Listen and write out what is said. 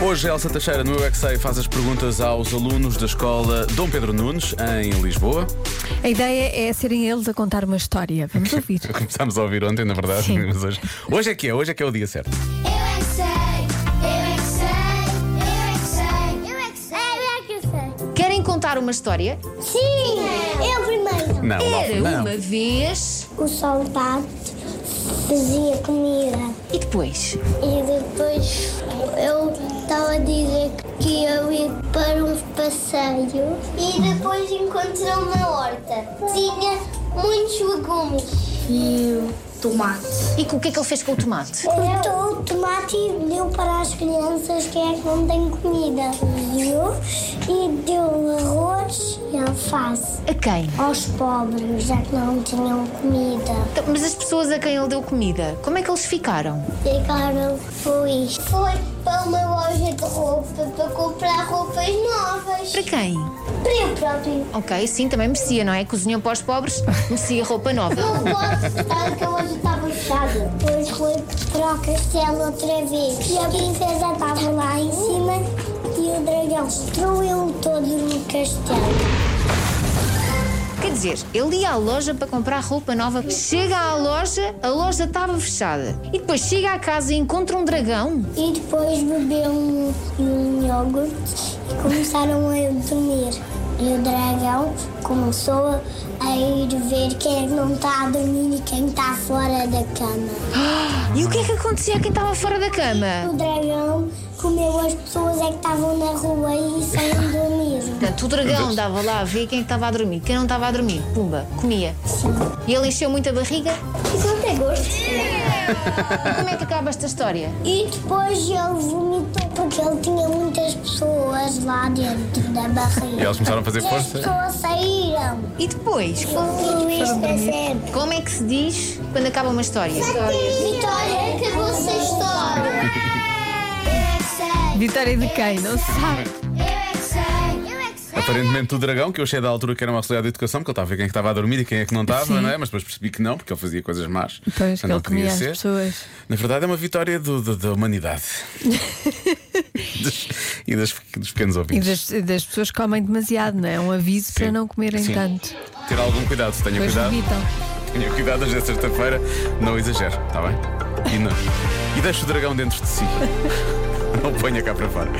Hoje, Elsa Teixeira, no UXA, faz as perguntas aos alunos da escola Dom Pedro Nunes, em Lisboa. A ideia é serem eles a contar uma história. Vamos ouvir. Começámos a ouvir ontem, na verdade, Sim. mas hoje, hoje é que é, hoje é que é o dia certo. Eu é que sei, eu é que sei, eu é que sei, eu é que sei, eu é que sei. Querem contar uma história? Sim, eu primeiro. Não, Era não. uma vez. O soldado fazia comida E depois? e depois eu estava a dizer que eu ia para um passeio. E depois encontrou uma horta. Tinha muitos legumes. E o tomate. E com- o que é que ele fez com o tomate? Cortou o tomate e deu para as crianças que é que não têm comida. Deu e deu arroz e alface A quem? aos pobres, já que não tinham comida. Então, Mas as pessoas a quem ele deu comida, como é que eles ficaram? Ficaram felizes. Foi para uma loja de roupa para comprar roupas novas. Para quem? Para eu próprio. Ok, sim, também merecia, não é? Cozinhou para os pobres, merecia roupa nova. Não posso estar que hoje estava fechada. Depois foi para o castelo outra vez. E a princesa estava lá em cima e o dragão destruiu todo no castelo. Quer dizer, ele ia à loja para comprar roupa nova, chega à loja, a loja estava fechada. E depois chega à casa e encontra um dragão. E depois bebeu um, um iogurte e começaram a dormir. E o dragão começou a ir ver quem é que não está a dormir e quem está fora da cama. E o que é que acontecia a quem estava fora da cama? O dragão comeu as pessoas é que estavam na rua e saíram dormir. Portanto, o dragão dava lá a ver quem é estava a dormir. Quem não estava a dormir, pumba, comia. E ele encheu muito a barriga. Isso é não tem gosto. E como é que acaba esta história? E depois ele vomitou porque ele tinha muitas pessoas lá dentro da barriga. E elas começaram a fazer E força? As pessoas saíram. um E depois, O Luís da Sede. como é que se diz quando acaba uma história? Vitória, é acabou-se a história. Eu é que sei. Vitória de quem? Não se sabe. Eu é que sei. Eu é que sei. Aparentemente o dragão, que eu achei da altura que era um auxiliar de educação, porque ele estava a ver quem é que estava a dormir e quem é que não estava, Sim. não é? Mas depois percebi que não, porque ele fazia coisas más. Pois, que não ele comia podia as ser. pessoas. Na verdade, é uma vitória do- do- da humanidade Dos- e das- dos pequenos E ouvintes. das, das pessoas que comem demasiado, não é? É Um aviso para Sim. não comerem Sim. tanto. Ter algum cuidado, tenha Depois cuidado. vomitam. Tenha cuidado hoje é sexta-feira, não exagero, tá está bem? E não. E deixe o dragão dentro de si. Não o ponha cá para fora.